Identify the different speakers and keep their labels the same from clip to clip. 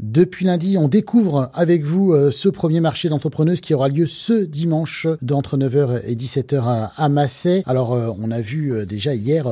Speaker 1: Depuis lundi, on découvre avec vous euh, ce premier marché d'entrepreneuses qui aura lieu ce dimanche d'entre 9h et 17h à, à Massé. Alors, euh, on a vu euh, déjà hier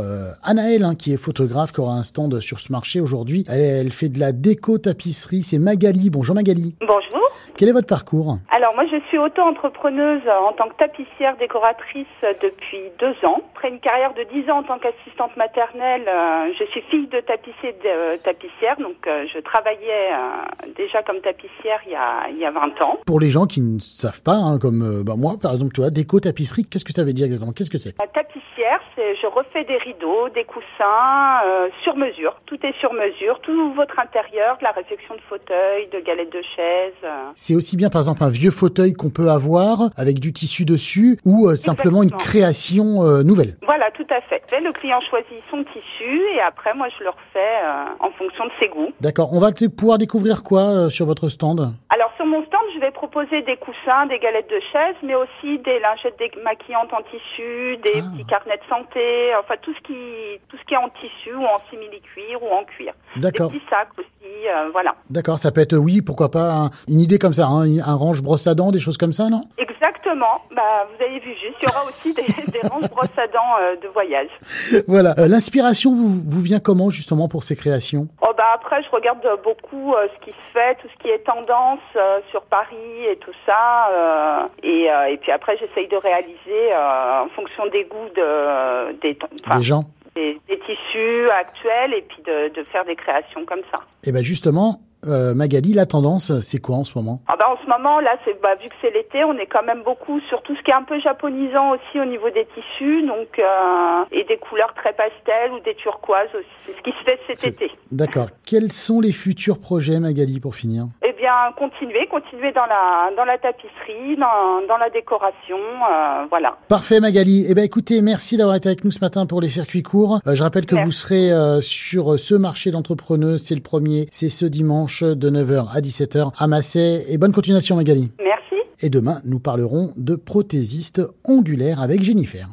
Speaker 1: Anaël, hein, qui est photographe, qui aura un stand sur ce marché aujourd'hui. Elle, elle fait de la déco tapisserie. C'est Magali. Bonjour Magali.
Speaker 2: Bonjour.
Speaker 1: Quel est votre parcours
Speaker 2: Alors moi je suis auto-entrepreneuse en tant que tapissière décoratrice depuis deux ans. Après une carrière de dix ans en tant qu'assistante maternelle, euh, je suis fille de tapissier de, euh, tapissière, donc euh, je travaillais euh, déjà comme tapissière il y a, il y a 20 ans.
Speaker 1: Pour les gens qui ne savent pas, hein, comme euh, bah, moi par exemple, tu vois, déco tapisserie, qu'est-ce que ça veut dire exactement Qu'est-ce que c'est
Speaker 2: La tapissière, c'est je refais des rideaux, des coussins euh, sur mesure. Tout est sur mesure, tout votre intérieur, de la réfection de fauteuils, de galettes de chaises. euh,
Speaker 1: C'est aussi bien par exemple un vieux fauteuil qu'on peut avoir avec du tissu dessus ou euh, simplement une
Speaker 2: Exactement.
Speaker 1: création euh, nouvelle.
Speaker 2: Voilà, tout à fait. Le client choisit son tissu et après, moi, je le refais euh, en fonction de ses goûts.
Speaker 1: D'accord, on va t- pouvoir découvrir quoi euh, sur votre stand
Speaker 2: Alors, sur mon stand, je vais proposer des coussins, des galettes de chaise, mais aussi des lingettes démaquillantes en tissu, des
Speaker 1: Ah.
Speaker 2: petits carnets de santé, enfin, tout ce qui, tout ce qui est en tissu ou en simili-cuir ou en cuir.
Speaker 1: D'accord,
Speaker 2: Des petits sacs aussi, euh, voilà.
Speaker 1: d'accord, ça peut être euh, oui, pourquoi pas un- une idée comme ça, hein, un range brosse à dents, des choses comme ça, non
Speaker 2: Exactement. Bah, vous avez vu juste, il y aura aussi des, des ranges brosses à dents euh, de voyage.
Speaker 1: Voilà, Euh, l'inspiration vous, vous vient comment justement pour ces créations
Speaker 2: Oh bah après, je regarde euh, beaucoup euh, ce qui se fait, tout ce qui est tendance euh, sur Paris et tout ça. euh, et, euh, et puis après, j'essaye de réaliser euh, en fonction des goûts de, des, enfin,
Speaker 1: des gens
Speaker 2: des- des tissus actuels et puis de, de faire des créations comme ça.
Speaker 1: Et ben justement, euh, Magali, la tendance, c'est quoi en ce moment
Speaker 2: Ah bah en ce moment, là, c'est bah, vu que c'est l'été, on est quand même beaucoup sur tout ce qui est un peu japonisant aussi au niveau des tissus, donc euh, et des couleurs très pastel ou des turquoises aussi. C'est ce qui se fait cet
Speaker 1: C'est-
Speaker 2: été.
Speaker 1: D'accord, quels sont les futurs projets Magali pour finir
Speaker 2: Eh bien, continuer, continuer dans la dans la tapisserie, dans, dans la décoration, euh, voilà.
Speaker 1: Parfait Magali. Eh ben écoutez, merci d'avoir été avec nous ce matin pour les circuits courts. Euh, je rappelle que
Speaker 2: Merci.
Speaker 1: vous serez euh, sur ce marché d'entrepreneuses, c'est le premier, c'est ce dimanche de 9h à 17h à Massé et bonne continuation Magali.
Speaker 2: Merci.
Speaker 1: Et demain, nous parlerons de prothésistes ondulaires avec Jennifer.